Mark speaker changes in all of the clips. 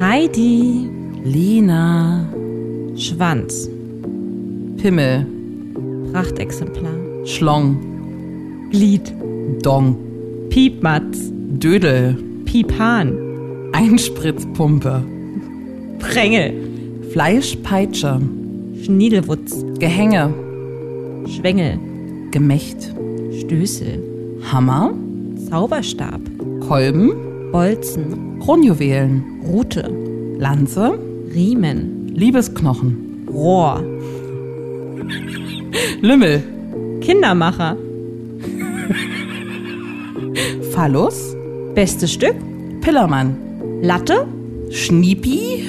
Speaker 1: Heidi,
Speaker 2: Lena.
Speaker 1: Schwanz,
Speaker 2: Pimmel.
Speaker 1: Prachtexemplar,
Speaker 2: Schlong.
Speaker 1: Glied,
Speaker 2: Dong.
Speaker 1: Piepmatz,
Speaker 2: Dödel.
Speaker 1: Piephahn,
Speaker 2: Einspritzpumpe.
Speaker 1: Prängel,
Speaker 2: Fleischpeitsche.
Speaker 1: Schniedelwutz,
Speaker 2: Gehänge.
Speaker 1: Schwengel,
Speaker 2: Gemächt.
Speaker 1: Stößel,
Speaker 2: Hammer.
Speaker 1: Zauberstab,
Speaker 2: Kolben.
Speaker 1: Bolzen,
Speaker 2: Kronjuwelen.
Speaker 1: Rute,
Speaker 2: Lanze.
Speaker 1: Riemen,
Speaker 2: Liebesknochen.
Speaker 1: Rohr,
Speaker 2: Lümmel.
Speaker 1: Kindermacher,
Speaker 2: Phallus.
Speaker 1: bestes Stück,
Speaker 2: Pillermann.
Speaker 1: Latte,
Speaker 2: Schniepi.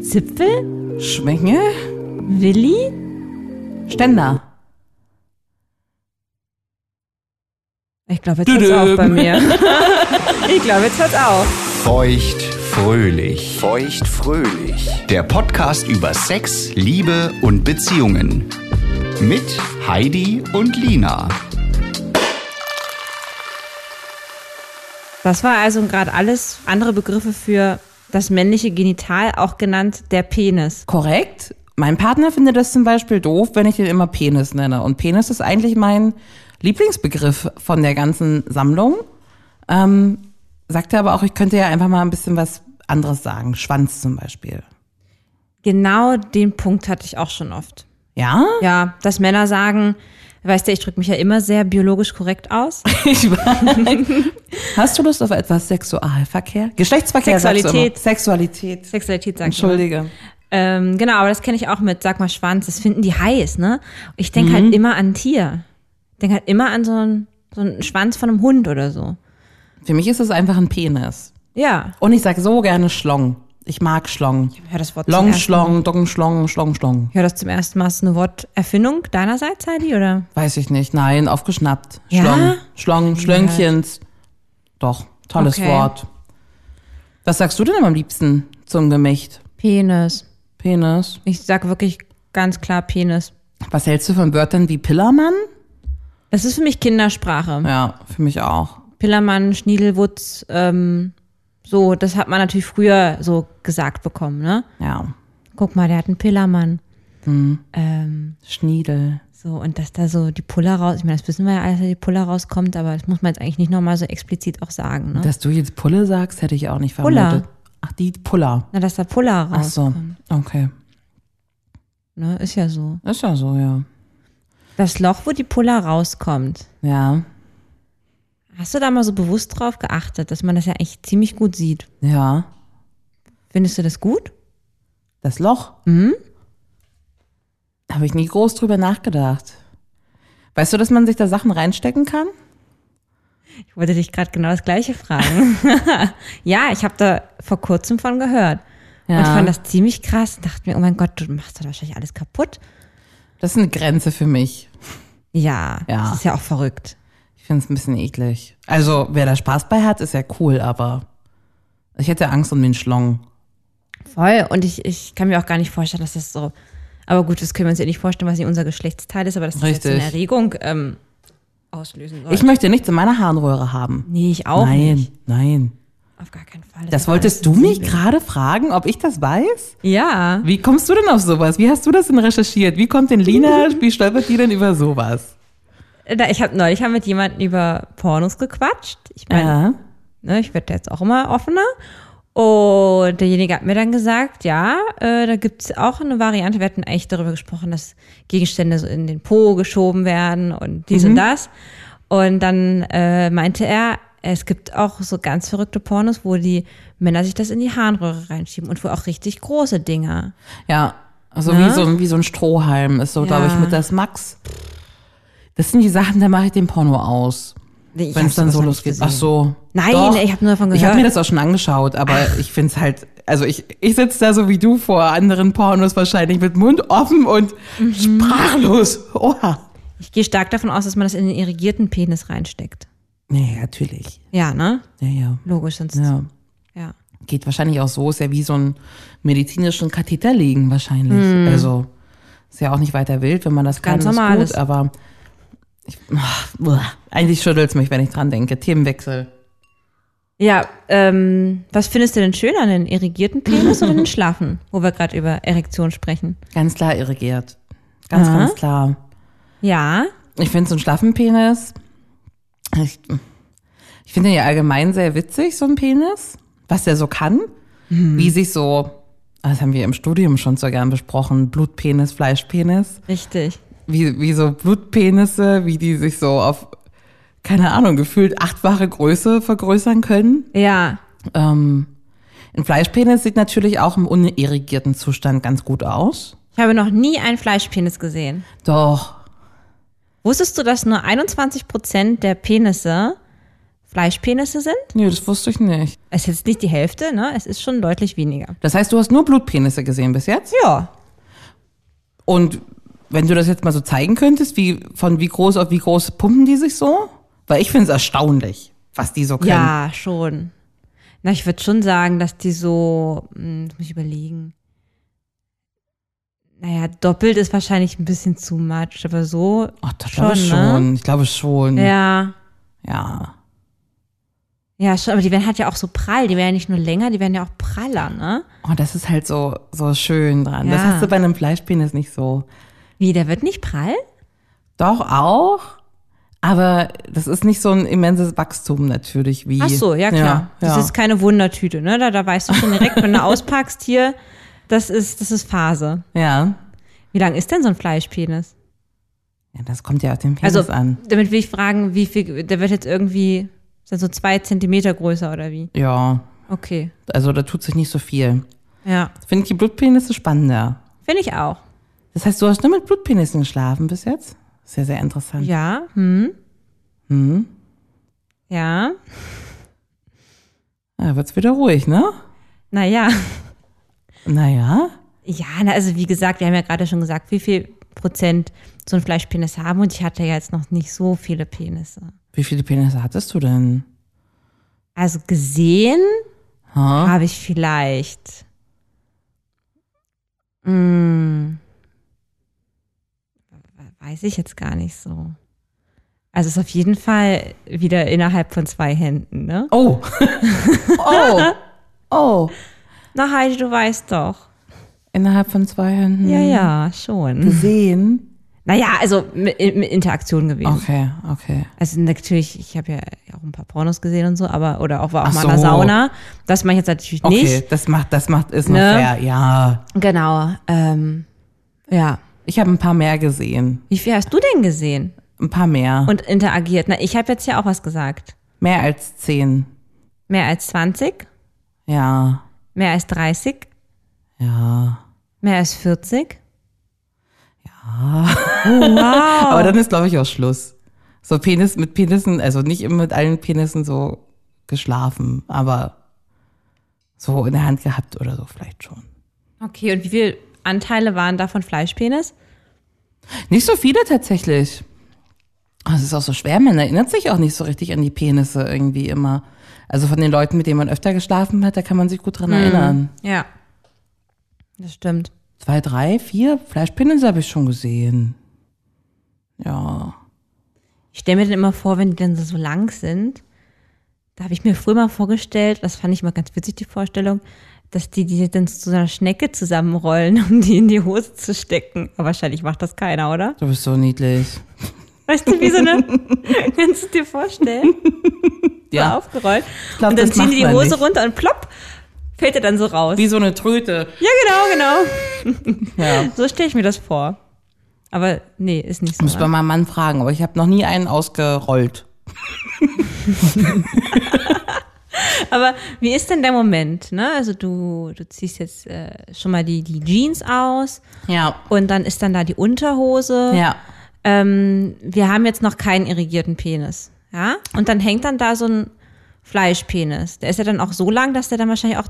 Speaker 1: Zipfel,
Speaker 2: Schwänge.
Speaker 1: Willi,
Speaker 2: Ständer.
Speaker 1: ich glaube, jetzt hört's auf bei mir. ich glaube, jetzt hört's auf.
Speaker 3: Feucht fröhlich.
Speaker 4: Feucht fröhlich.
Speaker 3: Der Podcast über Sex, Liebe und Beziehungen. Mit Heidi und Lina.
Speaker 1: Das war also gerade alles andere Begriffe für das männliche Genital, auch genannt der Penis.
Speaker 2: Korrekt. Mein Partner findet das zum Beispiel doof, wenn ich den immer Penis nenne. Und Penis ist eigentlich mein Lieblingsbegriff von der ganzen Sammlung. Ähm, sagte aber auch, ich könnte ja einfach mal ein bisschen was anderes sagen. Schwanz zum Beispiel.
Speaker 1: Genau den Punkt hatte ich auch schon oft.
Speaker 2: Ja?
Speaker 1: Ja, dass Männer sagen, weißt du, ich drücke mich ja immer sehr biologisch korrekt aus.
Speaker 2: Ich weiß. Hast du Lust auf etwas Sexualverkehr? Geschlechtsverkehr? sagst du immer.
Speaker 1: Sexualität.
Speaker 2: Sexualität.
Speaker 1: Sexualität sagt man.
Speaker 2: Entschuldige.
Speaker 1: Ähm, genau, aber das kenne ich auch mit, sag mal, Schwanz. Das finden die heiß, ne? Ich denke halt immer an ein Tier. Ich denke halt immer an so einen, so einen Schwanz von einem Hund oder so.
Speaker 2: Für mich ist es einfach ein Penis.
Speaker 1: Ja.
Speaker 2: Und ich sage so gerne Schlong. Ich mag Schlong.
Speaker 1: Ich höre das Wort zum
Speaker 2: Long
Speaker 1: ersten Mal.
Speaker 2: Schlong, Dong Schlong, Schlong Schlong.
Speaker 1: Ich höre das zum ersten Mal. Ist eine Worterfindung deinerseits, Heidi, oder?
Speaker 2: Weiß ich nicht. Nein, aufgeschnappt.
Speaker 1: Ja?
Speaker 2: Schlong, Schlong, Schlönkchens. Doch, tolles
Speaker 1: Okay.
Speaker 2: Wort. Was sagst du denn am liebsten zum Gemächt?
Speaker 1: Penis.
Speaker 2: Penis.
Speaker 1: Ich sag wirklich ganz klar Penis.
Speaker 2: Was hältst du von Wörtern wie Pillermann?
Speaker 1: Das ist für mich Kindersprache.
Speaker 2: Ja, für mich auch.
Speaker 1: Pillermann, Schniedelwutz, ähm, so, das hat man natürlich früher so gesagt bekommen, ne?
Speaker 2: Ja.
Speaker 1: Guck mal, der hat einen Pillermann. Ähm,
Speaker 2: Schniedel.
Speaker 1: so, und dass da so die Puller raus, ich meine, das wissen wir ja alles, dass die Puller rauskommt, aber das muss man jetzt eigentlich nicht nochmal so explizit auch sagen, ne?
Speaker 2: Dass du jetzt Pulle sagst, hätte ich auch nicht
Speaker 1: Puller.
Speaker 2: vermutet. Ach, die Puller.
Speaker 1: Na, dass da Puller
Speaker 2: Ach so,
Speaker 1: rauskommt,
Speaker 2: okay.
Speaker 1: ne? Ist ja so.
Speaker 2: Ist ja so, ja.
Speaker 1: Das Loch, wo die Puller rauskommt.
Speaker 2: Ja,
Speaker 1: Hast du da mal so bewusst drauf geachtet, dass man das ja eigentlich ziemlich gut sieht?
Speaker 2: ja.
Speaker 1: Findest du das gut?
Speaker 2: Das Loch?
Speaker 1: Mhm.
Speaker 2: Habe ich nie groß drüber nachgedacht. Weißt du, dass man sich da Sachen reinstecken kann?
Speaker 1: Ich wollte dich gerade genau das gleiche fragen. ja, ich habe da vor kurzem von gehört. Und ich fand das ziemlich krass. Dachte mir, oh mein Gott, du machst doch wahrscheinlich alles kaputt.
Speaker 2: Das ist eine Grenze für mich.
Speaker 1: Ja,
Speaker 2: Ja.
Speaker 1: das ist ja auch verrückt.
Speaker 2: Ich finde es ein bisschen eklig. Also, wer da Spaß bei hat, ist ja cool, aber ich hätte Angst um den Schlong.
Speaker 1: Voll. Und ich, ich kann mir auch gar nicht vorstellen, dass das so. Aber gut, das können wir uns ja nicht vorstellen, was hier unser Geschlechtsteil ist, aber dass das jetzt so eine
Speaker 2: Richtig.
Speaker 1: Erregung ähm, auslösen soll.
Speaker 2: Ich möchte nichts in meiner Harnröhre haben.
Speaker 1: nee, ich auch
Speaker 2: nein,
Speaker 1: nicht.
Speaker 2: nein.
Speaker 1: Auf gar keinen Fall.
Speaker 2: Das
Speaker 1: ist
Speaker 2: wolltest du
Speaker 1: alles
Speaker 2: mich
Speaker 1: sensibel.
Speaker 2: gerade fragen, ob ich das weiß?
Speaker 1: Ja.
Speaker 2: Wie kommst du denn auf sowas? Wie hast du das denn recherchiert? Wie kommt denn Lina, wie stolpert die denn über sowas?
Speaker 1: Da- Ich habe neulich hab mit jemandem über Pornos gequatscht. Ich meine,
Speaker 2: Ja.
Speaker 1: ne, ich werde jetzt auch immer offener. Und derjenige hat mir dann gesagt, ja, äh, da gibt's auch eine Variante. Wir hatten eigentlich darüber gesprochen, dass Gegenstände so in den Po geschoben werden und dies
Speaker 2: Mhm.
Speaker 1: und das. Und dann äh, meinte er, es gibt auch so ganz verrückte Pornos, wo die Männer sich das in die Harnröhre reinschieben und wohl auch richtig große Dinger.
Speaker 2: Ja, also
Speaker 1: Ne?
Speaker 2: wie so, ein- wie so ein Strohhalm ist so, glaube ich,
Speaker 1: Ja.
Speaker 2: mit das Max. Das sind die Sachen, da mache ich den Porno aus.
Speaker 1: Ich
Speaker 2: Wenn
Speaker 1: hab
Speaker 2: es
Speaker 1: sowas
Speaker 2: dann so
Speaker 1: noch nicht
Speaker 2: losgeht.
Speaker 1: gesehen.
Speaker 2: Ach so.
Speaker 1: Nein, ich hab nur davon
Speaker 2: Ich habe mir
Speaker 1: gehört.
Speaker 2: das auch schon angeschaut, aber ich finde es halt, also ich, ich sitze da so wie du vor anderen Pornos wahrscheinlich mit Mund offen und
Speaker 1: Mhm.
Speaker 2: sprachlos. Oha.
Speaker 1: Ich gehe stark davon aus, dass man das in den irrigierten Penis reinsteckt.
Speaker 2: Nee, natürlich.
Speaker 1: Ja, ne?
Speaker 2: Ja, ja.
Speaker 1: Logisch, sonst.
Speaker 2: Ja.
Speaker 1: ja.
Speaker 2: Geht wahrscheinlich auch so, ist ja wie so ein medizinischen Katheter legen wahrscheinlich. Also ist ja auch nicht weiter wild, wenn man das
Speaker 1: Mhm. Ganz
Speaker 2: kann,
Speaker 1: normal
Speaker 2: ist
Speaker 1: ist.
Speaker 2: gut, aber ich, ach, uah, eigentlich schüttelt's mich, wenn ich dran denke. Themenwechsel.
Speaker 1: Ja, ähm, was findest du denn schöner, einen irrigierten Penis oder einen schlaffen, wo wir gerade über Erektion sprechen?
Speaker 2: Ganz klar irrigiert. Ganz,
Speaker 1: Aha.
Speaker 2: ganz klar.
Speaker 1: Ja,
Speaker 2: Ich finde so einen schlaffen Penis. Ich, ich finde den ja allgemein sehr witzig, so ein Penis. Was der so kann. Wie sich so, ah, das haben wir im Studium schon so gern besprochen, Blutpenis, Fleischpenis.
Speaker 1: richtig.
Speaker 2: wie, wie so Blutpenisse, wie die sich so auf, keine Ahnung, gefühlt achtfache Größe vergrößern können.
Speaker 1: Ja,
Speaker 2: Ähm, ein Fleischpenis sieht natürlich auch im unirrigierten Zustand ganz gut aus.
Speaker 1: ich habe noch nie einen Fleischpenis gesehen.
Speaker 2: Doch,
Speaker 1: Wusstest du, dass nur 21 Prozent der Penisse Fleischpenisse sind?
Speaker 2: nee, das wusste ich nicht.
Speaker 1: Es ist jetzt nicht die Hälfte, ne? Es ist schon deutlich weniger.
Speaker 2: Das heißt, du hast nur Blutpenisse gesehen bis jetzt?
Speaker 1: Ja.
Speaker 2: Und wenn du das jetzt mal so zeigen könntest, wie, von wie groß auf wie groß pumpen die sich so? Weil ich finde es erstaunlich, was die so können.
Speaker 1: Ja, schon. Na, ich würde schon sagen, dass die so, hm, das muss ich überlegen. Naja, doppelt ist wahrscheinlich ein bisschen zu much, aber so.
Speaker 2: Ach, das glaube ich
Speaker 1: Schon, ne?
Speaker 2: schon. Ich glaube schon.
Speaker 1: Ja.
Speaker 2: ja.
Speaker 1: Ja, schon, aber die werden halt ja auch so prall. Die werden ja nicht nur länger, die werden ja auch praller, ne?
Speaker 2: Oh, das ist halt so, so schön dran. Das
Speaker 1: Ja.
Speaker 2: hast du bei einem Fleischpenis nicht so.
Speaker 1: Wie, der wird nicht prall?
Speaker 2: Doch auch, aber das ist nicht so ein immenses Wachstum natürlich wie.
Speaker 1: Ach so, ja klar. Das ist keine Wundertüte, ne? Da, da weißt du schon direkt, wenn du auspackst hier, das ist, das ist Phase.
Speaker 2: ja.
Speaker 1: Wie lang ist denn so ein Fleischpenis?
Speaker 2: ja, das kommt ja auf den Penis
Speaker 1: Also,
Speaker 2: an.
Speaker 1: damit will ich fragen, wie viel, der wird jetzt irgendwie, ist das so zwei Zentimeter größer oder wie?
Speaker 2: Ja,
Speaker 1: Okay.
Speaker 2: also da tut sich nicht so viel.
Speaker 1: Ja.
Speaker 2: Finde ich die Blutpenisse spannender.
Speaker 1: Finde ich auch.
Speaker 2: Das heißt, du hast nur mit Blutpenissen geschlafen bis jetzt? Sehr, sehr interessant.
Speaker 1: Ja. Hm. Ja.
Speaker 2: Da wird's wieder ruhig, ne?
Speaker 1: Naja.
Speaker 2: Naja.
Speaker 1: Ja, na, also wie gesagt, wir haben ja gerade schon gesagt, wie viel Prozent so ein Fleischpenis haben und ich hatte ja jetzt noch nicht so viele Penisse.
Speaker 2: Wie viele Penisse hattest du denn?
Speaker 1: Also gesehen
Speaker 2: Ha?
Speaker 1: habe ich vielleicht. Hm, weiß ich jetzt gar nicht so. Also es ist auf jeden Fall wieder innerhalb von zwei Händen, ne?
Speaker 2: Oh. oh. Oh.
Speaker 1: Na Heidi, du weißt doch.
Speaker 2: Innerhalb von zwei Händen.
Speaker 1: Ja, ja, schon.
Speaker 2: gesehen.
Speaker 1: Naja, also mit, mit Interaktion gewesen.
Speaker 2: Okay, okay.
Speaker 1: Also natürlich, ich habe ja auch ein paar Pornos gesehen und so, aber oder auch war auch
Speaker 2: Ach
Speaker 1: mal in der
Speaker 2: so.
Speaker 1: Sauna. Das mache ich jetzt natürlich
Speaker 2: Okay,
Speaker 1: nicht.
Speaker 2: das macht, das macht, ist noch
Speaker 1: Ne?
Speaker 2: fair, ja.
Speaker 1: Genau. Ähm, ja.
Speaker 2: Ich habe ein paar mehr gesehen.
Speaker 1: Wie viel hast du denn gesehen
Speaker 2: Ein paar mehr.
Speaker 1: und interagiert? Na, ich habe jetzt ja auch was gesagt.
Speaker 2: mehr als zehn.
Speaker 1: Mehr als 20,
Speaker 2: Ja,
Speaker 1: mehr als 30,
Speaker 2: ja.
Speaker 1: mehr als 40. Ja. Oh, wow.
Speaker 2: Aber dann ist, glaube ich, auch Schluss. So Penis mit Penissen, also nicht immer mit allen Penissen so geschlafen, aber so in der Hand gehabt oder so vielleicht schon.
Speaker 1: Okay, und wie viele Anteile waren davon Fleischpenis?
Speaker 2: Nicht so viele tatsächlich. Oh, Es ist auch so schwer, man erinnert sich auch nicht so richtig an die Penisse irgendwie immer. Also von den Leuten, mit denen man öfter geschlafen hat, da kann man sich gut dran erinnern.
Speaker 1: Ja. Das stimmt.
Speaker 2: Zwei, drei, vier Fleischpenisse habe ich schon gesehen. Ja.
Speaker 1: Ich stelle mir dann immer vor, wenn die dann so- so lang sind, da habe ich mir früher mal vorgestellt, das fand ich mal ganz witzig, die Vorstellung, dass die die dann zu so einer Schnecke zusammenrollen, um die in die Hose zu stecken. Aber wahrscheinlich macht das keiner, oder?
Speaker 2: Du bist so niedlich.
Speaker 1: Weißt du, wie so eine, kannst du dir vorstellen? Mal
Speaker 2: Ja.
Speaker 1: aufgerollt.
Speaker 2: glaub,
Speaker 1: und dann
Speaker 2: das
Speaker 1: ziehen die die
Speaker 2: macht man
Speaker 1: Hose
Speaker 2: nicht.
Speaker 1: runter und plopp, fällt er dann so raus.
Speaker 2: Wie so eine Tröte.
Speaker 1: Ja, genau,
Speaker 2: Ja.
Speaker 1: genau. So stelle ich mir das vor. Aber nee, ist nicht so.
Speaker 2: Muss bei
Speaker 1: ne?
Speaker 2: meinem Mann fragen, aber ich habe noch nie einen ausgerollt.
Speaker 1: Aber wie ist denn der Moment? Ne? Also du, du ziehst jetzt äh, schon mal die, die Jeans aus
Speaker 2: Ja.
Speaker 1: und dann ist dann da die Unterhose.
Speaker 2: Ja.
Speaker 1: Ähm, wir haben jetzt noch keinen irrigierten Penis. Ja? Und dann hängt dann da so ein Fleischpenis. Der ist ja dann auch so lang, dass der dann wahrscheinlich auch,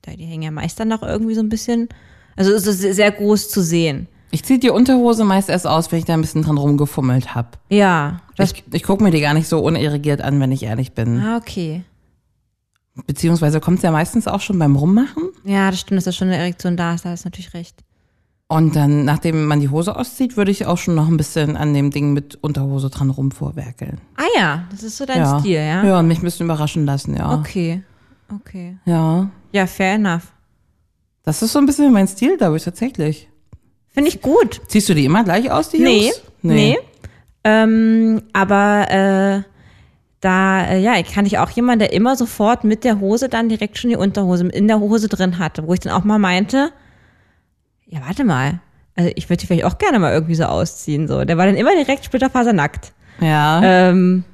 Speaker 1: da- die hängen ja meist dann noch irgendwie so ein bisschen, also ist es sehr groß zu sehen.
Speaker 2: Ich zieh die Unterhose meist erst aus, wenn ich da ein bisschen dran rumgefummelt habe.
Speaker 1: Ja, das,
Speaker 2: Ich, ich gucke mir die gar nicht so unirrigiert an, wenn ich ehrlich bin.
Speaker 1: ah, okay.
Speaker 2: Beziehungsweise kommt's ja meistens auch schon beim Rummachen.
Speaker 1: Ja, das stimmt, dass da schon eine Erektion da ist, da hast du natürlich recht.
Speaker 2: Und dann, nachdem man die Hose auszieht, würde ich auch schon noch ein bisschen an dem Ding mit Unterhose dran rumvorwerkeln.
Speaker 1: Ah ja, das ist so dein Stil, ja?
Speaker 2: Ja, und mich ein bisschen überraschen lassen, ja.
Speaker 1: Okay, okay.
Speaker 2: Ja.
Speaker 1: Ja, fair enough.
Speaker 2: Das ist so ein bisschen mein Stil, glaube ich, tatsächlich.
Speaker 1: Finde ich gut.
Speaker 2: Ziehst du die immer gleich aus, die
Speaker 1: Nee,
Speaker 2: Jungs?
Speaker 1: nee. Ähm, aber äh, da äh, ja, kann ich auch jemanden, der immer sofort mit der Hose dann direkt schon die Unterhose in der Hose drin hatte, wo ich dann auch mal meinte, ja, warte mal, also ich würde die vielleicht auch gerne mal irgendwie so ausziehen. So. Der war dann immer direkt splitterfasernackt.
Speaker 2: Ja.
Speaker 1: Ähm,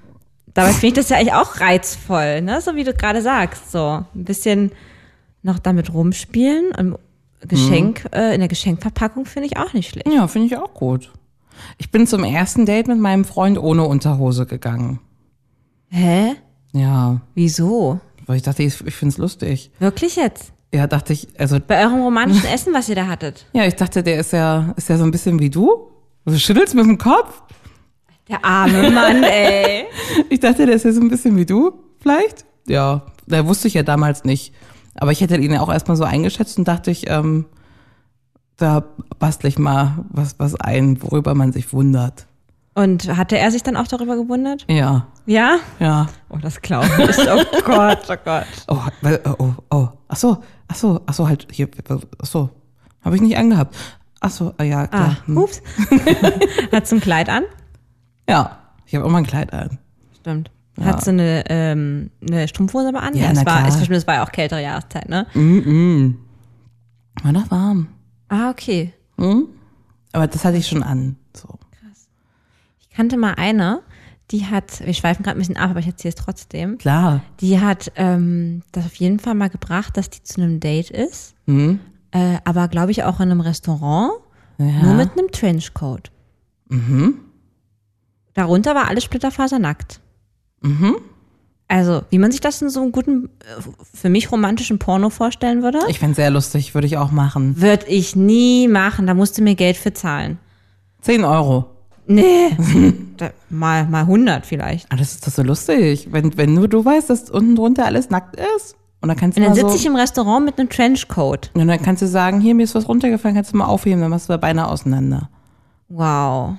Speaker 1: dabei finde ich das ja eigentlich auch reizvoll, ne? so wie du gerade sagst. So ein bisschen noch damit rumspielen und Geschenk,
Speaker 2: Mhm.
Speaker 1: äh, in der Geschenkverpackung finde ich auch nicht schlecht.
Speaker 2: Ja, finde ich auch gut. Ich bin zum ersten Date mit meinem Freund ohne Unterhose gegangen.
Speaker 1: Hä?
Speaker 2: Ja,
Speaker 1: Wieso?
Speaker 2: weil ich dachte, ich, ich finde es lustig.
Speaker 1: Wirklich jetzt?
Speaker 2: Ja, dachte ich, also,
Speaker 1: Bei eurem romantischen Essen, was ihr da hattet?
Speaker 2: ja, ich dachte, der ist ja, ist ja so ein bisschen wie du. Du schüttelst mit dem Kopf.
Speaker 1: Der arme Mann, ey.
Speaker 2: Ich dachte, der ist ja so ein bisschen wie du, vielleicht. Ja, da wusste ich ja damals nicht. Aber ich hätte ihn ja auch erstmal so eingeschätzt und dachte ich, ähm, da bastle ich mal was, was ein, worüber man sich wundert.
Speaker 1: Und hatte er sich dann auch darüber gewundert?
Speaker 2: Ja,
Speaker 1: Ja?
Speaker 2: ja.
Speaker 1: Oh, das glaube ich. Oh Gott, oh Gott.
Speaker 2: Oh, weil- oh, oh, oh. Ach so, ach so, ach so, halt, hier, ach so. Habe ich nicht angehabt. Ach so, ah ja,
Speaker 1: Ah,
Speaker 2: klar. Hm.
Speaker 1: ups. Hat's ein Kleid an?
Speaker 2: Ja, ich habe immer ein Kleid an.
Speaker 1: Stimmt. Hat so eine, ähm, eine Strumpfhose aber an?
Speaker 2: Ja,
Speaker 1: das
Speaker 2: na
Speaker 1: war,
Speaker 2: klar.
Speaker 1: ich verstehe, das war ja auch kältere Jahreszeit, ne?
Speaker 2: War noch warm. hm?
Speaker 1: Ah, okay.
Speaker 2: Aber das hatte ich schon an. So.
Speaker 1: Ich kannte mal eine, die hat, wir schweifen gerade ein bisschen ab, aber ich erzähle es trotzdem.
Speaker 2: Klar.
Speaker 1: Die hat ähm, das auf jeden Fall mal gebracht, dass die zu einem Date ist. Äh, aber glaube ich auch in einem Restaurant, nur mit einem Trenchcoat. Darunter war alles splitterfasernackt. Also, wie man sich das in so einem guten, äh, für mich romantischen Porno vorstellen würde,
Speaker 2: Ich fänd's sehr lustig, würde ich auch machen.
Speaker 1: würde ich nie machen. Da musst du mir Geld für zahlen.
Speaker 2: Zehn Euro.
Speaker 1: Nee, da, mal, mal 100 vielleicht.
Speaker 2: Ah, das ist doch so lustig. Wenn, wenn nur du weißt, dass unten drunter alles nackt ist. Und dann kannst du
Speaker 1: Und dann
Speaker 2: mal
Speaker 1: sitze
Speaker 2: so,
Speaker 1: ich im Restaurant mit einem Trenchcoat.
Speaker 2: und dann kannst du sagen, hier, mir ist was runtergefallen, kannst du mal aufheben, dann machst du beinahe auseinander.
Speaker 1: Wow.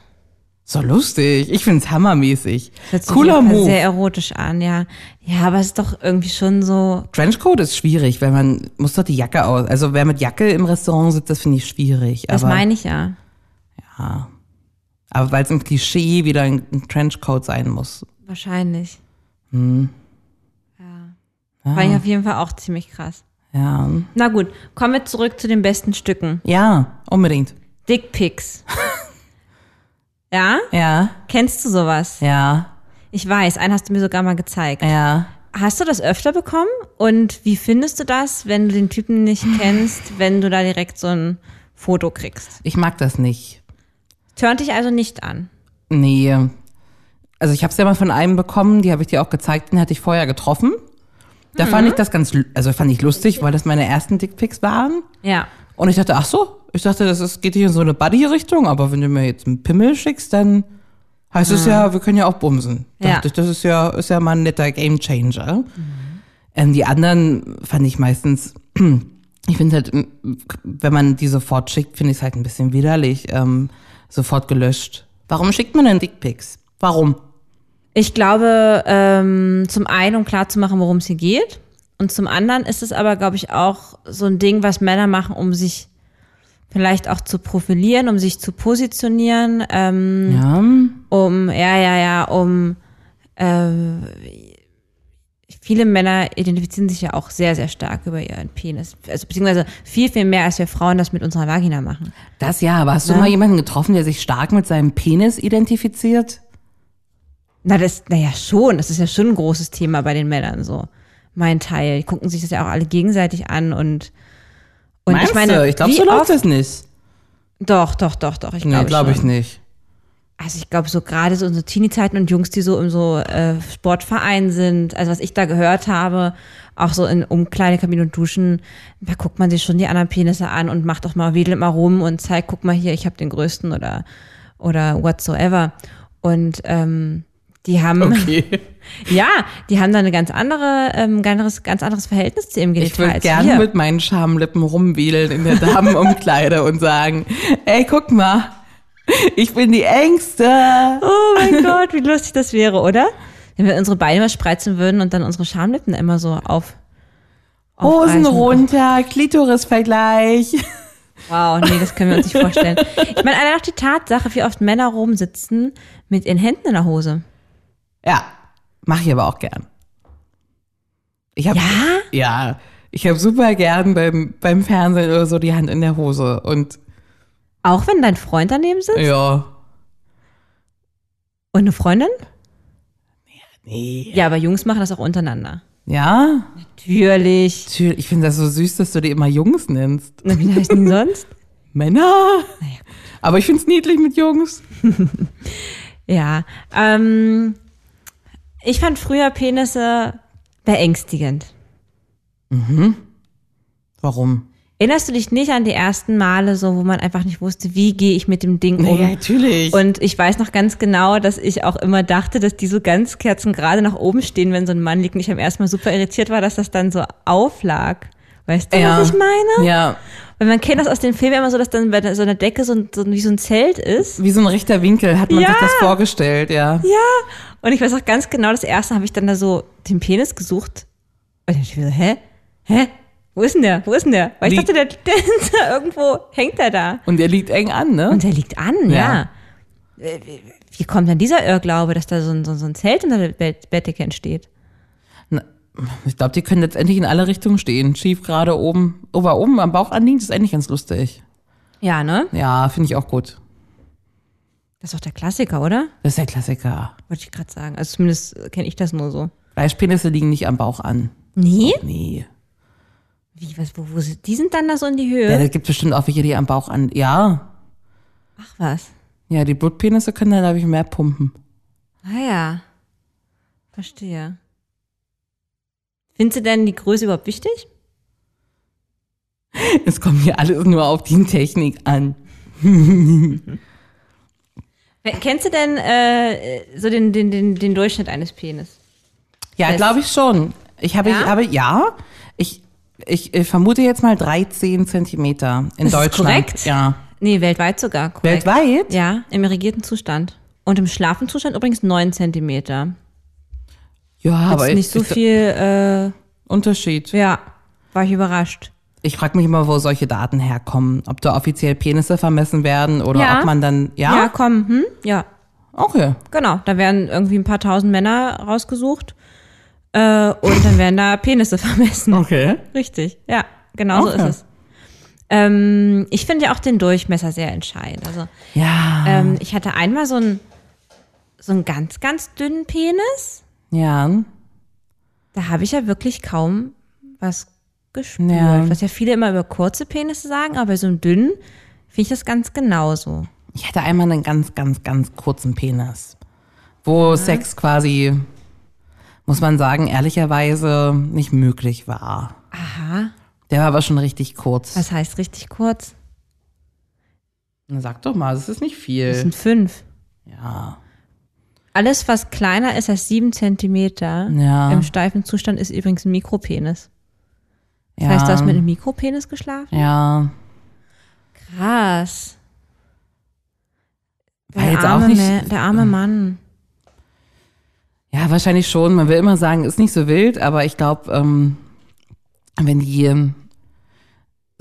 Speaker 2: So lustig. Ich find's hammermäßig.
Speaker 1: Hört sich
Speaker 2: Cooler
Speaker 1: auf jeden Fall
Speaker 2: Move.
Speaker 1: Sehr erotisch an, ja. Ja, aber es ist doch irgendwie schon so.
Speaker 2: Trenchcoat ist schwierig, weil man muss doch die Jacke aus. Also wer mit Jacke im Restaurant sitzt, das finde ich schwierig.
Speaker 1: Das
Speaker 2: aber
Speaker 1: meine ich ja.
Speaker 2: aber weil es im Klischee wieder ein ein Trenchcoat sein muss.
Speaker 1: Wahrscheinlich.
Speaker 2: Hm.
Speaker 1: Ja.
Speaker 2: Ah.
Speaker 1: Fand ich auf jeden Fall auch ziemlich krass.
Speaker 2: Ja,
Speaker 1: Na gut, kommen wir zurück zu den besten Stücken.
Speaker 2: ja, unbedingt.
Speaker 1: Dickpics. ja?
Speaker 2: Ja,
Speaker 1: Kennst du sowas?
Speaker 2: ja,
Speaker 1: Ich weiß, einen hast du mir sogar mal gezeigt.
Speaker 2: ja.
Speaker 1: Hast du das öfter bekommen? Und wie findest du das, wenn du den Typen nicht kennst, wenn du da direkt so ein Foto kriegst?
Speaker 2: Ich mag das nicht.
Speaker 1: Turnt dich also nicht an.
Speaker 2: Nee. Also ich habe es ja mal von einem bekommen, die habe ich dir auch gezeigt, den hatte ich vorher getroffen. Da fand ich das ganz, lu- also fand ich lustig, weil das meine ersten Dickpics waren.
Speaker 1: Ja.
Speaker 2: Und ich dachte, ach so, ich dachte, das ist, geht hier in so eine Buddy-Richtung, aber wenn du mir jetzt einen Pimmel schickst, dann heißt es ja, wir können ja auch bumsen.
Speaker 1: Mhm. Ja.
Speaker 2: Dachte ich, das ist ja, ist ja mal ein netter Gamechanger.
Speaker 1: Mhm.
Speaker 2: Ähm, die anderen fand ich meistens, ich finde halt, wenn man die sofort schickt, finde ich es halt ein bisschen widerlich, ähm, sofort gelöscht. Warum schickt man denn Dickpics? Warum?
Speaker 1: Ich glaube, ähm, zum einen, um klarzumachen, worum es hier geht. Und zum anderen ist es aber, glaube ich, auch so ein Ding, was Männer machen, um sich vielleicht auch zu profilieren, um sich zu positionieren, ähm,
Speaker 2: Ja,
Speaker 1: um, ja, ja, ja, um, äh, viele Männer identifizieren sich ja auch sehr, sehr stark über ihren Penis. Also, beziehungsweise viel, viel mehr, als wir Frauen das mit unserer Vagina machen.
Speaker 2: das ja, aber hast du mal jemanden getroffen, der sich stark mit seinem Penis identifiziert?
Speaker 1: Na, das, naja, schon. Das ist ja schon ein großes Thema bei den Männern, so. Mein Teil. Die gucken sich das ja auch alle gegenseitig an und, und
Speaker 2: Meinst
Speaker 1: ich meine,
Speaker 2: du? Ich glaube,
Speaker 1: wie
Speaker 2: so läuft
Speaker 1: oft-
Speaker 2: das nicht.
Speaker 1: Doch, doch, doch, doch. Ich
Speaker 2: Nee,
Speaker 1: glaube
Speaker 2: glaube ich
Speaker 1: nicht.
Speaker 2: nicht.
Speaker 1: Also ich glaube, so gerade so unsere Teenie-Zeiten und Jungs, die so im so äh, Sportverein sind, also was ich da gehört habe, auch so in Umkleidekabinen und Duschen, da guckt man sich schon die anderen Penisse an und macht doch mal, wedelt mal rum und zeigt, guck mal hier, ich habe den größten oder oder whatsoever. Und ähm, Die haben,
Speaker 2: Okay.
Speaker 1: ja, die haben da eine ganz andere, ähm, ganz anderes, ganz anderes Verhältnis zu ihrem
Speaker 2: Ich
Speaker 1: Genital
Speaker 2: würde
Speaker 1: als
Speaker 2: gerne
Speaker 1: wir.
Speaker 2: mit meinen Schamlippen rumwedeln in der Damenumkleide und sagen, ey, guck mal, ich bin die Ängste.
Speaker 1: Oh mein Gott, wie lustig das wäre, oder? Wenn wir unsere Beine mal spreizen würden und dann unsere Schamlippen immer so auf.
Speaker 2: Hosen
Speaker 1: aufreißen.
Speaker 2: runter, Klitorisvergleich.
Speaker 1: Wow, nee, das können wir uns nicht vorstellen. Ich meine, allein auch die Tatsache, wie oft Männer rumsitzen mit ihren Händen in der Hose.
Speaker 2: Ja, mache ich aber auch gern. Ich hab,
Speaker 1: Ja?
Speaker 2: Ja, ich habe super gern beim, beim Fernsehen oder so die Hand in der Hose. Und
Speaker 1: Auch wenn dein Freund daneben sitzt
Speaker 2: ja,
Speaker 1: und eine Freundin?
Speaker 2: nee.
Speaker 1: Ja, aber Jungs machen das auch untereinander.
Speaker 2: Ja,
Speaker 1: Natürlich.
Speaker 2: tü- ich finde das so süß, dass du die immer Jungs nennst.
Speaker 1: Na, wie heißt denn sonst?
Speaker 2: Männer. Aber ich find's niedlich mit Jungs.
Speaker 1: Ja. Ähm, ich fand früher Penisse beängstigend.
Speaker 2: Warum?
Speaker 1: Erinnerst du dich nicht an die ersten Male, so wo man einfach nicht wusste, wie gehe ich mit dem Ding um?
Speaker 2: natürlich.
Speaker 1: Und ich weiß noch ganz genau, dass ich auch immer dachte, dass die so ganz kerzengerade nach oben stehen, wenn so ein Mann liegt. Und ich am ersten Mal super irritiert war, dass das dann so auflag. Weißt du,
Speaker 2: Ja.
Speaker 1: was ich meine?
Speaker 2: ja,
Speaker 1: Weil man kennt das aus den Filmen immer so, dass dann bei so einer Decke so, ein, so ein- wie so ein Zelt ist.
Speaker 2: wie so ein rechter Winkel hat man
Speaker 1: Ja.
Speaker 2: sich das vorgestellt, ja.
Speaker 1: Und ich weiß auch ganz genau, das erste habe ich dann da so den Penis gesucht. Und ich dachte so, hä? Hä? Wo ist denn der? Wo ist denn der? Weil ich
Speaker 2: Die-
Speaker 1: dachte, der, der ist da irgendwo, hängt der da.
Speaker 2: Und der liegt eng an, ne?
Speaker 1: Und der liegt an, ja. Äh,
Speaker 2: Ja.
Speaker 1: Wie kommt denn dieser Irrglaube, dass da so ein, so so ein Zelt unter der Bett- Bettdecke entsteht?
Speaker 2: Ich glaube, die können letztendlich in alle Richtungen stehen. Schief, gerade oben, ober oben am Bauch anliegen, das ist eigentlich ganz lustig.
Speaker 1: Ja, ne?
Speaker 2: Ja, finde ich auch gut.
Speaker 1: Das ist doch der Klassiker, oder?
Speaker 2: Das ist der Klassiker.
Speaker 1: Wollte ich gerade sagen. Also zumindest äh, kenne ich das nur so.
Speaker 2: Fleischpenisse liegen nicht am Bauch an.
Speaker 1: Nee?
Speaker 2: Nee.
Speaker 1: Wie, was, wo, wo sind die sind dann da so in die Höhe?
Speaker 2: Ja, da gibt bestimmt auch welche, die am Bauch an. Ja.
Speaker 1: Ach was.
Speaker 2: Ja, die Blutpenisse können da, glaube ich, mehr pumpen.
Speaker 1: Ah ja. Verstehe. Findest du denn die Größe überhaupt wichtig?
Speaker 2: Es kommt hier alles nur auf die Technik an.
Speaker 1: Wer- Kennst du denn äh, äh, so den, den, den, den Durchschnitt eines Penis?
Speaker 2: Ja,
Speaker 1: Fest.
Speaker 2: glaube ich schon. Ich habe,
Speaker 1: Ja?
Speaker 2: ich habe, ja, ich, ich, äh, vermute jetzt mal 13 Zentimeter in
Speaker 1: Das ist
Speaker 2: Deutschland.
Speaker 1: korrekt.
Speaker 2: Ja.
Speaker 1: Nee, weltweit sogar. Korrekt.
Speaker 2: Weltweit?
Speaker 1: Ja, im irrigierten Zustand. Und im schlafen Zustand übrigens 9 Zentimeter.
Speaker 2: Ja,
Speaker 1: Aber
Speaker 2: aber
Speaker 1: ist nicht so
Speaker 2: ich,
Speaker 1: viel,
Speaker 2: Unterschied.
Speaker 1: äh, ja, war ich überrascht.
Speaker 2: Ich frage mich immer, wo solche Daten herkommen. Ob da offiziell Penisse vermessen werden oder
Speaker 1: Ja.
Speaker 2: ob man dann,
Speaker 1: Ja,
Speaker 2: ja?
Speaker 1: komm, hm? Ja,
Speaker 2: Okay.
Speaker 1: genau. Da werden irgendwie ein paar tausend Männer rausgesucht äh, und dann werden da Penisse vermessen.
Speaker 2: Okay.
Speaker 1: Richtig, ja, genau so
Speaker 2: Oh. Okay.
Speaker 1: ist es. Ähm, ich finde ja auch den Durchmesser sehr entscheidend. Also
Speaker 2: Ja.
Speaker 1: ähm, ich hatte einmal so einen so einen ganz, ganz dünnen Penis.
Speaker 2: Ja.
Speaker 1: Da habe ich ja wirklich kaum was gespürt.
Speaker 2: Ja.
Speaker 1: Was ja viele immer über kurze Penisse sagen, aber bei so einem dünnen finde ich das ganz genauso.
Speaker 2: Ich hatte einmal einen ganz, ganz, ganz kurzen Penis, wo Sex quasi, muss man sagen, ehrlicherweise nicht möglich war.
Speaker 1: Aha,
Speaker 2: Der war aber schon richtig kurz.
Speaker 1: was heißt richtig kurz?
Speaker 2: Na, Sag doch mal, das ist nicht
Speaker 1: Das
Speaker 2: viel.
Speaker 1: sind fünf.
Speaker 2: Ja.
Speaker 1: Alles, was kleiner ist als sieben Zentimeter
Speaker 2: Ja.
Speaker 1: im steifen Zustand, ist übrigens ein Mikropenis. Das
Speaker 2: ja.
Speaker 1: heißt, du hast mit einem Mikropenis geschlafen?
Speaker 2: Ja.
Speaker 1: Krass.
Speaker 2: War
Speaker 1: Der
Speaker 2: jetzt
Speaker 1: arme,
Speaker 2: auch nicht.
Speaker 1: Ma- der arme Mann.
Speaker 2: Ja, wahrscheinlich schon. Man will immer sagen, ist nicht so wild, aber ich glaube, ähm, wenn die ähm,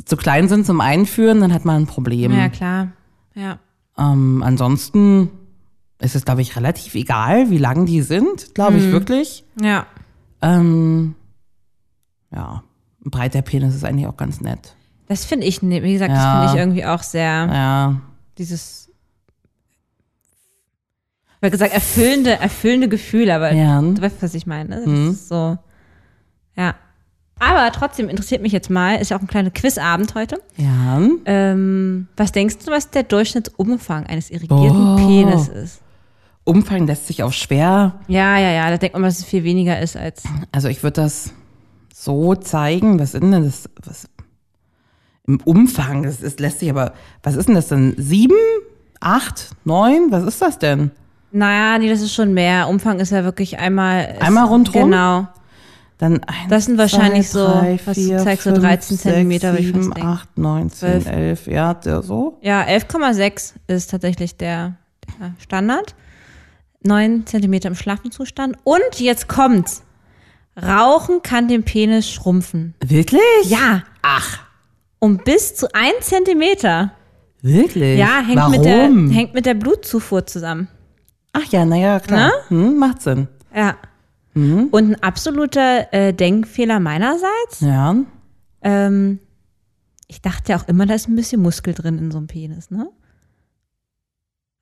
Speaker 2: zu klein sind zum Einführen, dann hat man ein Problem.
Speaker 1: Ja, klar. Ja.
Speaker 2: Ähm, ansonsten ist es, glaube ich, relativ egal, wie lang die sind, glaube
Speaker 1: Mhm.
Speaker 2: ich wirklich.
Speaker 1: Ja.
Speaker 2: Ähm, ja, ein breiter Penis ist eigentlich auch ganz nett.
Speaker 1: Das finde ich, ne- wie gesagt,
Speaker 2: Ja.
Speaker 1: das finde ich irgendwie auch sehr,
Speaker 2: Ja,
Speaker 1: dieses, ich habe gesagt, erfüllende, erfüllende Gefühl, aber
Speaker 2: Ja. Mhm.
Speaker 1: du weißt, was ich meine. ne? Das ist so, ja. Aber trotzdem interessiert mich jetzt mal, ist ja auch ein kleiner Quizabend heute.
Speaker 2: ja.
Speaker 1: Ähm, was denkst du, was der Durchschnittsumfang eines irrigierten
Speaker 2: Oh.
Speaker 1: Penis ist?
Speaker 2: Umfang lässt sich auch schwer.
Speaker 1: Ja, ja, ja, da denkt man, dass es viel weniger ist als
Speaker 2: Also ich würde das so zeigen. Was ist denn das? Was? Im Umfang, das ist, lässt sich aber, was ist denn das denn? Sieben? Acht? Neun? Was ist das denn?
Speaker 1: Naja, nee, das ist schon mehr. Umfang ist ja wirklich einmal. ist-
Speaker 2: Einmal rundrum?
Speaker 1: Genau.
Speaker 2: Dann eins,
Speaker 1: Das sind wahrscheinlich
Speaker 2: zwei,
Speaker 1: so,
Speaker 2: drei,
Speaker 1: was
Speaker 2: vier,
Speaker 1: zeigst du,
Speaker 2: fünf,
Speaker 1: 13
Speaker 2: sechs,
Speaker 1: Zentimeter, würde ich
Speaker 2: sieben,
Speaker 1: fast denken.
Speaker 2: 8, 9, 10,
Speaker 1: Zwölf.
Speaker 2: 11, ja, der so.
Speaker 1: Ja, 11,6 ist tatsächlich der, der Standard. 9 cm im Schlafenzustand. Und jetzt kommt's. Rauchen kann den Penis schrumpfen.
Speaker 2: Wirklich?
Speaker 1: Ja. Ach. Um bis zu 1 cm.
Speaker 2: Wirklich?
Speaker 1: Ja, hängt
Speaker 2: Warum?
Speaker 1: mit, der, hängt mit der Blutzufuhr zusammen.
Speaker 2: Ach ja, naja,
Speaker 1: Ne?
Speaker 2: klar. Hm, macht Sinn.
Speaker 1: Ja.
Speaker 2: Mhm.
Speaker 1: Und ein absoluter äh, Denkfehler meinerseits.
Speaker 2: Ja.
Speaker 1: Ähm, ich dachte ja auch immer, da ist ein bisschen Muskel drin in so einem Penis, ne?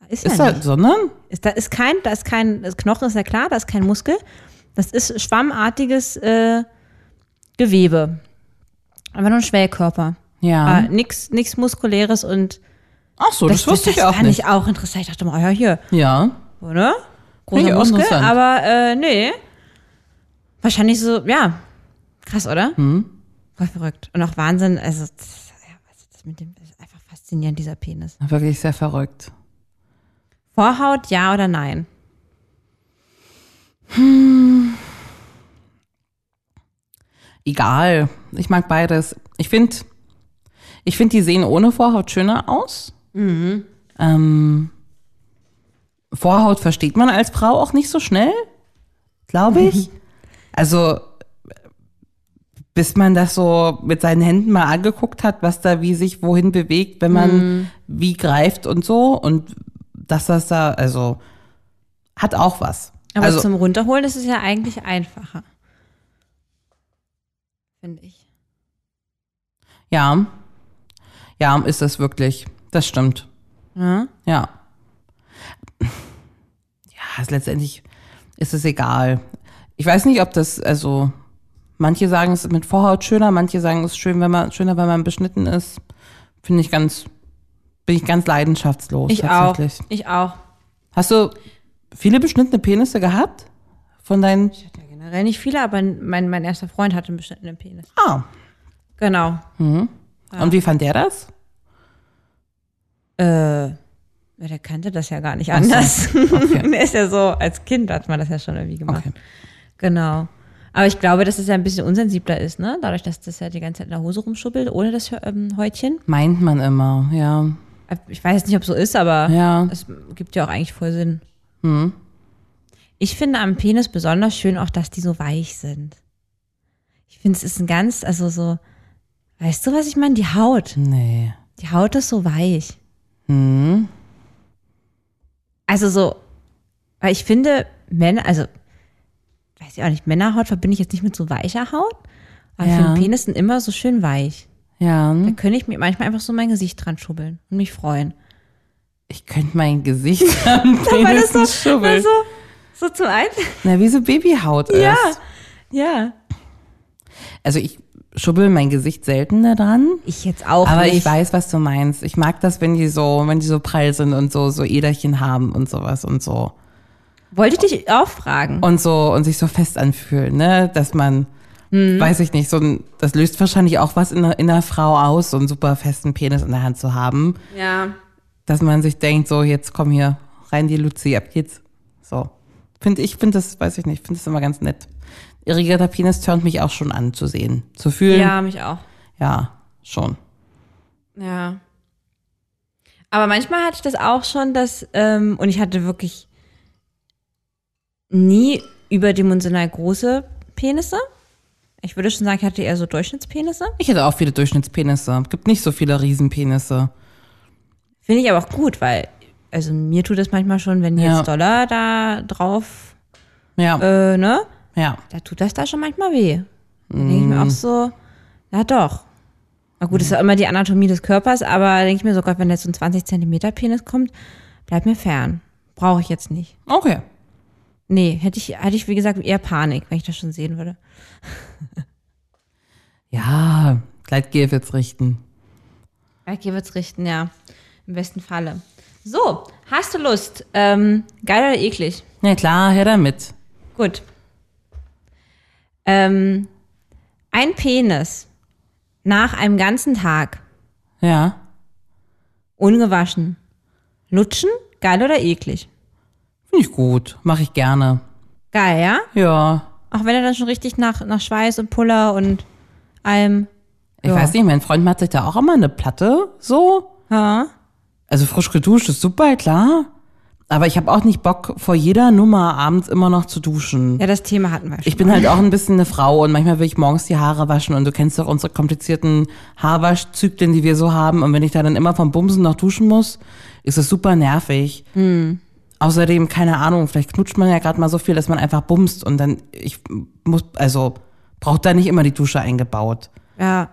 Speaker 1: Ist, ja
Speaker 2: Ist
Speaker 1: nicht.
Speaker 2: halt, sondern?
Speaker 1: Ist, da ist kein, da ist kein, das Knochen ist ja klar, da ist kein Muskel. Das ist schwammartiges äh, Gewebe. Aber nur ein Schwellkörper.
Speaker 2: Ja.
Speaker 1: Aber nichts nichts Muskuläres und
Speaker 2: Ach so, das, wusste ich auch
Speaker 1: fand
Speaker 2: nicht.
Speaker 1: ich auch interessant. Ich dachte mal, oh ja, hier,
Speaker 2: Ja.
Speaker 1: oder?
Speaker 2: Finde ich
Speaker 1: Großer
Speaker 2: auch
Speaker 1: Muskel,
Speaker 2: interessant.
Speaker 1: aber äh, nee. Wahrscheinlich so, ja. Krass, oder? Hm.
Speaker 2: Mhm.
Speaker 1: Voll verrückt. Und auch Wahnsinn, also das, ja, also das mit dem das ist einfach faszinierend, dieser Penis.
Speaker 2: Wirklich sehr verrückt.
Speaker 1: Vorhaut, ja oder nein?
Speaker 2: Egal. Ich mag beides. Ich finde, ich finde, die sehen ohne Vorhaut schöner aus.
Speaker 1: Mhm.
Speaker 2: Ähm, Vorhaut versteht man als Frau auch nicht so schnell, glaube ich. also, bis man das so mit seinen Händen mal angeguckt hat, was da wie sich wohin bewegt, wenn man
Speaker 1: Mhm.
Speaker 2: wie greift und so. Und dass das da, also, hat auch was.
Speaker 1: Aber
Speaker 2: also,
Speaker 1: zum Runterholen ist es ja eigentlich einfacher. Finde ich.
Speaker 2: ja. Ja, ist das wirklich. Das stimmt.
Speaker 1: Ja?
Speaker 2: Ja. Ja, ist letztendlich ist es egal. Ich weiß nicht, ob das, also, manche sagen es ist mit Vorhaut schöner, manche sagen es ist schön, wenn man, schöner, wenn man beschnitten ist. Finde ich ganz, bin ich ganz leidenschaftslos
Speaker 1: Ich auch.
Speaker 2: tatsächlich.
Speaker 1: Ich auch.
Speaker 2: Hast du viele beschnittene Penisse gehabt? Von deinen.
Speaker 1: Ich hatte ja generell nicht viele, aber mein, mein erster Freund hatte einen beschnittenen Penis.
Speaker 2: Ah.
Speaker 1: Genau.
Speaker 2: Und wie fand der das?
Speaker 1: Äh, ja, der kannte das ja gar nicht anders. der ist ja so, als Kind hat man das ja schon irgendwie gemacht.
Speaker 2: Okay.
Speaker 1: Genau. Aber ich glaube, dass es ja ein bisschen unsensibler ist, ne? Dadurch, dass das ja die ganze Zeit in der Hose rumschubbelt, ohne das ähm, Häutchen. Äh,
Speaker 2: Meint man immer, ja.
Speaker 1: Ich weiß jetzt nicht, ob so ist, aber
Speaker 2: Ja.
Speaker 1: es gibt ja auch eigentlich voll Sinn.
Speaker 2: Hm.
Speaker 1: Ich finde am Penis besonders schön auch, dass die so weich sind. Ich finde, es ist ein ganz, also so, weißt du, was ich meine? Die Haut.
Speaker 2: Nee.
Speaker 1: Die Haut ist so weich.
Speaker 2: Hm.
Speaker 1: Also so, weil ich finde, Männer, also, weiß ich auch nicht, Männerhaut verbinde ich jetzt nicht mit so weicher Haut, aber
Speaker 2: Ja.
Speaker 1: ich finde Penis sind immer so schön weich.
Speaker 2: Ja.
Speaker 1: Da könnte ich mir manchmal einfach so mein Gesicht dran schubbeln und mich freuen.
Speaker 2: Ich könnte mein Gesicht am Penis
Speaker 1: so,
Speaker 2: schubbeln.
Speaker 1: so, Also, so zum einen.
Speaker 2: Na, wie so Babyhaut
Speaker 1: Ja.
Speaker 2: ist.
Speaker 1: Ja.
Speaker 2: Also ich schubbel mein Gesicht seltener dran,
Speaker 1: Ich jetzt auch
Speaker 2: aber
Speaker 1: nicht.
Speaker 2: ich weiß, was du meinst. Ich mag das, wenn die so, wenn die so prall sind und so so Äderchen haben und sowas und so
Speaker 1: Wollte ich dich auch fragen.
Speaker 2: und so und sich so fest anfühlen, ne, dass man
Speaker 1: Mhm.
Speaker 2: weiß ich nicht, so ein, das löst wahrscheinlich auch was in der, in der Frau aus, so einen super festen Penis in der Hand zu haben,
Speaker 1: Ja.
Speaker 2: dass man sich denkt, so jetzt komm hier rein die Luzi, ab geht's. So. Finde ich finde das, weiß ich nicht, finde das immer ganz nett. Irrigierter Penis turnt mich auch schon an zu sehen, zu fühlen.
Speaker 1: Ja, mich auch.
Speaker 2: ja schon.
Speaker 1: Ja. Aber manchmal hatte ich das auch schon, dass, ähm, und ich hatte wirklich nie überdimensional große Penisse. Ich würde schon sagen, ich hatte eher so Durchschnittspenisse.
Speaker 2: Ich hätte auch viele Durchschnittspenisse. Gibt nicht so viele Riesenpenisse.
Speaker 1: Finde ich aber auch gut, weil, also mir tut das manchmal schon, wenn
Speaker 2: Ja.
Speaker 1: jetzt Dollar da drauf,
Speaker 2: Ja,
Speaker 1: äh, ne,
Speaker 2: ja.
Speaker 1: da tut das da schon manchmal weh. Da denke ich mir auch so, na doch. Na gut, das ist ja immer die Anatomie des Körpers, aber denke ich mir so, Gott, wenn jetzt so ein 20 Zentimeter Penis kommt, bleib mir fern. Brauche ich jetzt nicht.
Speaker 2: Okay.
Speaker 1: Nee, hätte ich, hätte ich, wie gesagt, eher Panik, wenn ich das schon sehen würde.
Speaker 2: Ja, Gleitgel wird's richten.
Speaker 1: Okay, wird's richten, ja. Im besten Falle. So, hast du Lust? Ähm, geil oder eklig?
Speaker 2: Ja klar, her damit.
Speaker 1: Gut. Ähm, ein Penis nach einem ganzen Tag,
Speaker 2: Ja.
Speaker 1: ungewaschen, lutschen, geil oder eklig?
Speaker 2: Finde Finde ich gut. Mache ich gerne.
Speaker 1: Geil, ja?
Speaker 2: Ja.
Speaker 1: Auch wenn er dann schon richtig nach, nach Schweiß und Puller und allem.
Speaker 2: Ich weiß nicht, mein Freund macht sich da auch immer eine Platte so.
Speaker 1: Ja.
Speaker 2: Also frisch geduscht ist super, klar. Aber ich habe auch nicht Bock, vor jeder Nummer abends immer noch zu duschen.
Speaker 1: ja, das Thema hatten wir schon.
Speaker 2: Ich bin halt auch ein bisschen eine Frau und manchmal will ich morgens die Haare waschen und du kennst doch unsere komplizierten Haarwaschzyklen, die wir so haben. Und wenn ich da dann immer vom Bumsen noch duschen muss, ist das super nervig. Außerdem, keine Ahnung, vielleicht knutscht man ja gerade mal so viel, dass man einfach bumst und dann, ich muss, also braucht da nicht immer die Dusche eingebaut.
Speaker 1: ja.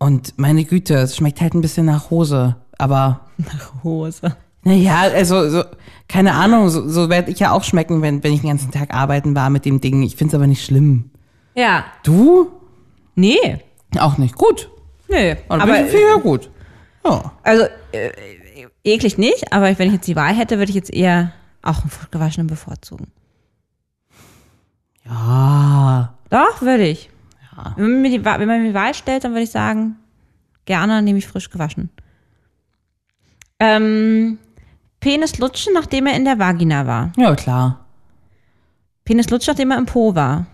Speaker 2: Und meine Güte, es schmeckt halt ein bisschen nach Hose. Aber
Speaker 1: Nach Hose.
Speaker 2: naja, also so, keine Ahnung, so, so werde ich ja auch schmecken, wenn, wenn ich den ganzen Tag arbeiten war mit dem Ding. Ich finde es aber nicht schlimm.
Speaker 1: Ja.
Speaker 2: Du?
Speaker 1: Nee.
Speaker 2: Auch nicht. Gut. Also
Speaker 1: Nö.
Speaker 2: Aber äh,
Speaker 1: aber
Speaker 2: finde ich ja gut. Ja.
Speaker 1: also äh, eklig nicht, aber wenn ich jetzt die Wahl hätte, würde ich jetzt eher auch einen frisch gewaschenen bevorzugen.
Speaker 2: Ah,
Speaker 1: Doch, würde ich. Wenn, man mir die, Wa- wenn man mir die Wahl stellt, dann würde ich sagen, gerne nehme ich frisch gewaschen. Ähm, Penis lutschen, nachdem er in der Vagina war.
Speaker 2: ja klar.
Speaker 1: Penis lutschen, nachdem er im Po war.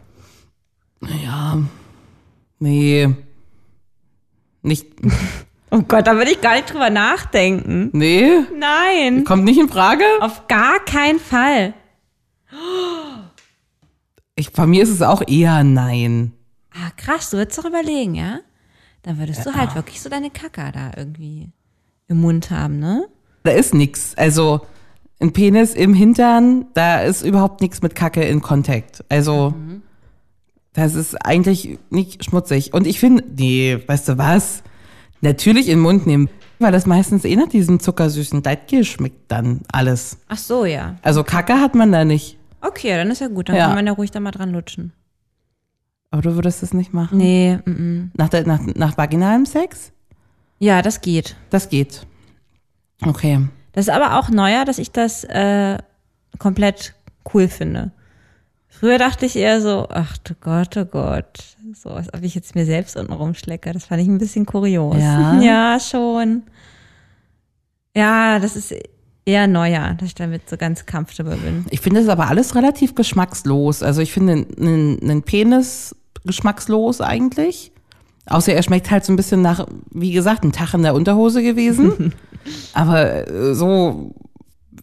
Speaker 2: Nee. Nicht.
Speaker 1: Oh Gott, da würde ich gar nicht drüber nachdenken.
Speaker 2: Nee.
Speaker 1: Nein,
Speaker 2: Kommt nicht in Frage.
Speaker 1: auf gar keinen Fall.
Speaker 2: Ich, bei mir ist es auch eher nein.
Speaker 1: Ah, krass, du würdest doch überlegen, ja? Dann würdest du halt wirklich so deine Kacke da irgendwie im Mund haben, ne?
Speaker 2: Da ist nix. Also ein Penis im Hintern, da ist überhaupt nichts mit Kacke in Kontakt. Also das ist eigentlich nicht schmutzig. Und ich finde, nee, weißt du was? Natürlich in den Mund nehmen, weil das meistens eh nach diesem zuckersüßen Gleitgel schmeckt dann alles.
Speaker 1: Ach so, ja.
Speaker 2: Also Kacke hat man da nicht.
Speaker 1: Okay, dann ist ja gut, dann
Speaker 2: Ja.
Speaker 1: kann man ja ruhig da mal dran lutschen.
Speaker 2: Aber du würdest das nicht machen.
Speaker 1: Nee, mm, mm.
Speaker 2: Nach, der, nach, nach vaginalem Sex?
Speaker 1: ja, das geht.
Speaker 2: Das geht. Okay.
Speaker 1: Das ist aber auch neuer, dass ich das äh, komplett cool finde. Früher dachte ich eher so, ach du Gott, oh Gott, so als ob ich jetzt mir selbst unten rumschlecke. Das fand ich ein bisschen kurios.
Speaker 2: Ja?
Speaker 1: ja, schon. Ja, das ist eher neuer, dass ich damit so ganz comfortable bin.
Speaker 2: Ich finde es aber alles relativ geschmackslos. Also ich finde einen, einen Penis geschmackslos eigentlich. Außer er schmeckt halt so ein bisschen nach, wie gesagt, ein Tag in der Unterhose gewesen. aber äh, so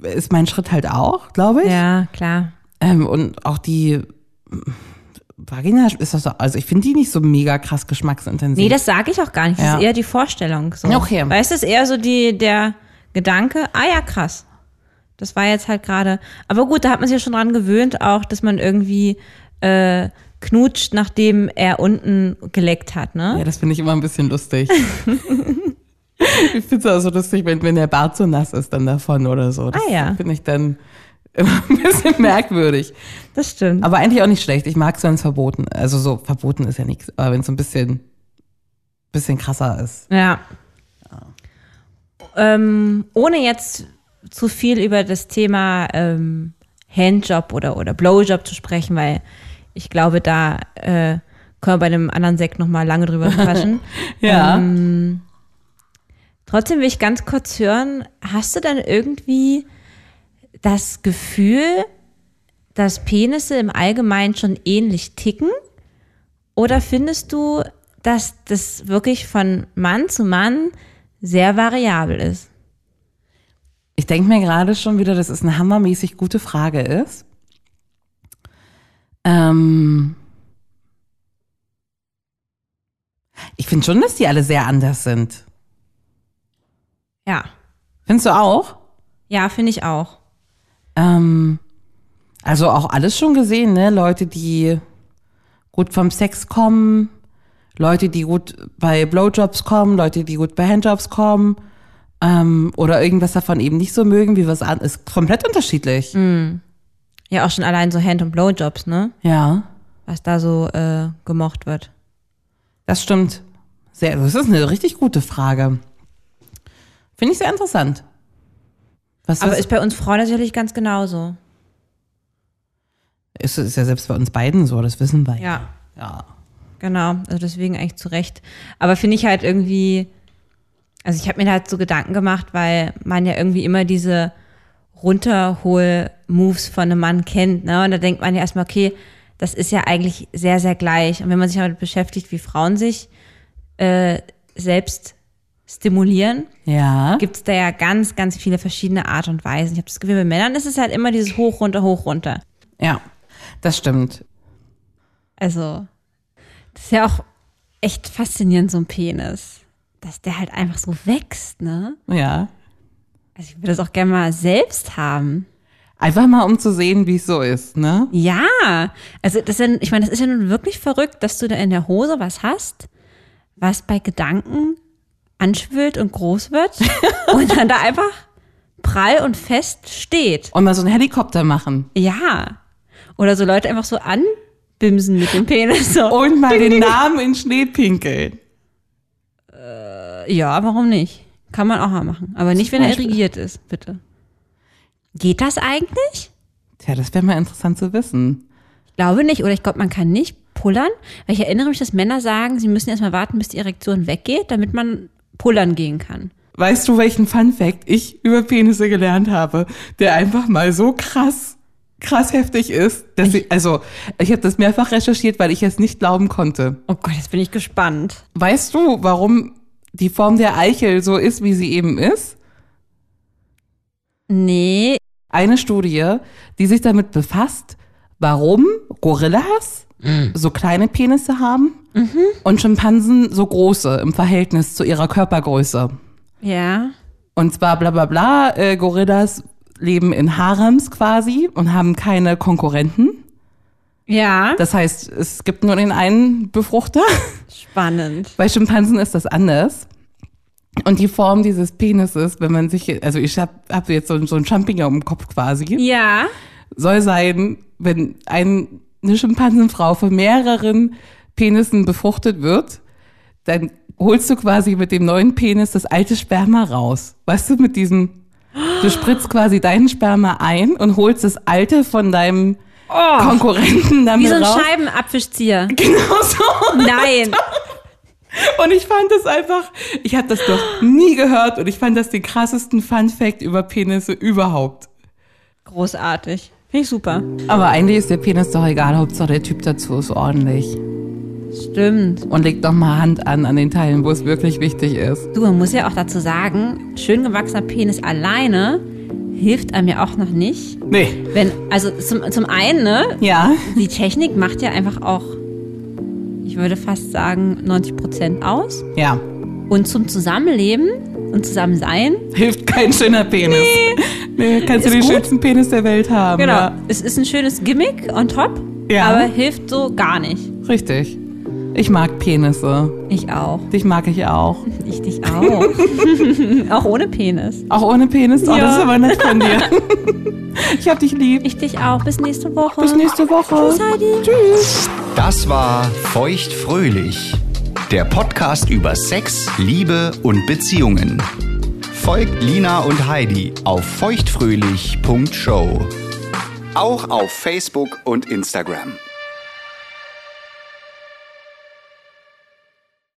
Speaker 2: ist mein Schritt halt auch, glaube ich.
Speaker 1: Ja, klar.
Speaker 2: Ähm, und auch die mm, Vagina ist das so, also ich finde die nicht so mega krass geschmacksintensiv.
Speaker 1: Nee, das sage ich auch gar nicht. Das
Speaker 2: Hm. Ja.
Speaker 1: ist eher die Vorstellung. So.
Speaker 2: Okay.
Speaker 1: Weißt du, es ist eher so die, der Gedanke, ah ja, krass. Das war jetzt halt gerade. Aber gut, da hat man sich ja schon dran gewöhnt, auch, dass man irgendwie äh, knutscht, nachdem er unten geleckt hat, ne?
Speaker 2: ja, das finde ich immer ein bisschen lustig. ich finde es auch so lustig, wenn, wenn der Bart so nass ist dann davon oder so. Das
Speaker 1: Ah, ja.
Speaker 2: finde ich dann immer ein bisschen merkwürdig.
Speaker 1: Das stimmt.
Speaker 2: Aber eigentlich auch nicht schlecht. Ich mag es, wenn es verboten Also so, verboten ist ja nichts, aber wenn es so ein bisschen, bisschen krasser ist.
Speaker 1: Ja. Ähm, ohne jetzt zu viel über das Thema ähm, Handjob oder, oder Blowjob zu sprechen, weil ich glaube, da äh, können wir bei einem anderen Sekt nochmal lange drüber quatschen.
Speaker 2: Ja.
Speaker 1: Ähm, Trotzdem will ich ganz kurz hören, hast du dann irgendwie das Gefühl, dass Penisse im Allgemeinen schon ähnlich ticken? Oder findest du, dass das wirklich von Mann zu Mann sehr variabel ist?
Speaker 2: Ich denke mir gerade schon wieder, dass es eine hammermäßig gute Frage ist. Ähm ich finde schon, dass die alle sehr anders sind.
Speaker 1: Ja.
Speaker 2: Findest du auch?
Speaker 1: Ja, finde ich auch.
Speaker 2: Ähm, also auch alles schon gesehen, ne? Leute, die gut vom Sex kommen, Leute, die gut bei Blowjobs kommen, Leute, die gut bei Handjobs kommen, ähm, oder irgendwas davon eben nicht so mögen, wie was an. Ist komplett unterschiedlich.
Speaker 1: Ja, auch schon allein so Hand- und Blowjobs, ne?
Speaker 2: Ja,
Speaker 1: Was da so äh, gemocht wird.
Speaker 2: das stimmt. Sehr, das ist eine richtig gute Frage. Finde ich sehr interessant. Was
Speaker 1: Aber
Speaker 2: ist,
Speaker 1: ist bei uns Frauen natürlich ganz genauso.
Speaker 2: ist, ist ja selbst bei uns beiden so, das wissen wir ja.
Speaker 1: Ja.
Speaker 2: Ja.
Speaker 1: Genau, also deswegen eigentlich zu Recht. Aber finde ich halt irgendwie, also ich habe mir da halt so Gedanken gemacht, weil man ja irgendwie immer diese runterhol Moves von einem Mann kennt. Ne? Und da denkt man ja erstmal, okay, das ist ja eigentlich sehr, sehr gleich. Und wenn man sich damit beschäftigt, wie Frauen sich äh, selbst stimulieren,
Speaker 2: Ja.
Speaker 1: gibt es da ja ganz, ganz viele verschiedene Art und Weisen. Ich habe das Gefühl, bei Männern ist es halt immer dieses Hoch, runter, hoch, runter.
Speaker 2: Ja. Das stimmt.
Speaker 1: Also, das ist ja auch echt faszinierend, so ein Penis. Dass der halt einfach so wächst, ne?
Speaker 2: Ja.
Speaker 1: Also ich würde das auch gerne mal selbst haben.
Speaker 2: Einfach mal, um zu sehen, wie es so ist, ne?
Speaker 1: Ja, also das sind, ich meine, das ist ja nun wirklich verrückt, dass du da in der Hose was hast, was bei Gedanken anschwillt und groß wird und dann da einfach prall und fest steht.
Speaker 2: Und mal so einen Helikopter machen.
Speaker 1: Ja. Oder so Leute einfach so anbimsen mit dem Penis. So.
Speaker 2: Und mal den Namen in Schnee pinkeln.
Speaker 1: Ja, warum nicht? Kann man auch mal machen. Aber nicht, wenn er
Speaker 2: Beispiel.
Speaker 1: irrigiert ist, bitte. Geht das eigentlich?
Speaker 2: Tja, das wäre mal interessant zu wissen.
Speaker 1: Ich glaube nicht. Oder ich glaube, man kann nicht pullern. Weil ich erinnere mich, dass Männer sagen, sie müssen erstmal warten, bis die Erektion weggeht, damit man pullern gehen kann.
Speaker 2: Weißt du, welchen Fun-Fact ich über Penisse gelernt habe, der einfach mal so krass, krass heftig ist, dass ich, also, ich habe das mehrfach recherchiert, weil ich es nicht glauben konnte.
Speaker 1: Oh Gott, jetzt bin ich gespannt.
Speaker 2: Weißt du, warum die Form der Eichel so ist, wie sie eben ist?
Speaker 1: Nee.
Speaker 2: Eine Studie, die sich damit befasst, warum Gorillas so kleine Penisse haben und Schimpansen so große im Verhältnis zu ihrer Körpergröße.
Speaker 1: Ja.
Speaker 2: Und zwar bla bla bla, äh, Gorillas leben in Harems quasi und haben keine Konkurrenten.
Speaker 1: Ja.
Speaker 2: Das heißt, es gibt nur den einen Befruchter.
Speaker 1: Spannend.
Speaker 2: Bei Schimpansen ist das anders. Und die Form dieses Penises, wenn man sich, also ich habe hab jetzt so, ein- so ein Champignon im Kopf quasi,
Speaker 1: Ja.
Speaker 2: soll sein, wenn ein, eine Schimpansenfrau von mehreren Penissen befruchtet wird, dann holst du quasi mit dem neuen Penis das alte Sperma raus. Weißt du, mit diesem, du spritzt quasi deinen Sperma ein und holst das alte von deinem Konkurrenten damit
Speaker 1: Oh. Wie so ein
Speaker 2: raus.
Speaker 1: Scheibenabwischzieher.
Speaker 2: Genau so.
Speaker 1: Nein.
Speaker 2: Und ich fand das einfach, ich habe das doch nie gehört und ich fand das den krassesten Fun Fact über Penisse überhaupt.
Speaker 1: Großartig. Finde ich super.
Speaker 2: Aber eigentlich ist der Penis doch egal, Hauptsache der Typ dazu ist ordentlich.
Speaker 1: Stimmt.
Speaker 2: Und legt doch mal Hand an, an den Teilen, wo es wirklich wichtig ist.
Speaker 1: Du, man muss ja auch dazu sagen, schön gewachsener Penis alleine hilft einem ja auch noch nicht.
Speaker 2: Nee.
Speaker 1: Wenn, also zum, zum einen, ne,
Speaker 2: Ja.
Speaker 1: die Technik macht ja einfach auch, ich würde fast sagen, 90 Prozent aus.
Speaker 2: Ja.
Speaker 1: Und zum Zusammenleben und Zusammensein,
Speaker 2: Hilft kein schöner Penis. Nee. kannst
Speaker 1: Ist
Speaker 2: du den
Speaker 1: gut.
Speaker 2: schönsten Penis der Welt haben.
Speaker 1: genau,
Speaker 2: Ja.
Speaker 1: es ist ein schönes Gimmick on top,
Speaker 2: Ja.
Speaker 1: aber hilft so gar nicht.
Speaker 2: Richtig. Ich mag Penisse.
Speaker 1: Ich auch.
Speaker 2: Dich mag ich auch.
Speaker 1: Ich dich auch. auch ohne Penis.
Speaker 2: Auch ohne Penis. Oh,
Speaker 1: Ja.
Speaker 2: das ist aber nett von dir. ich hab dich lieb.
Speaker 1: Ich dich auch. Bis nächste Woche.
Speaker 2: Bis nächste Woche.
Speaker 1: Tschüss, Heidi.
Speaker 3: Das war Feuchtfröhlich, der Podcast über Sex, Liebe und Beziehungen. Folgt Lina und Heidi auf feuchtfröhlich.show. Auch auf Facebook und Instagram.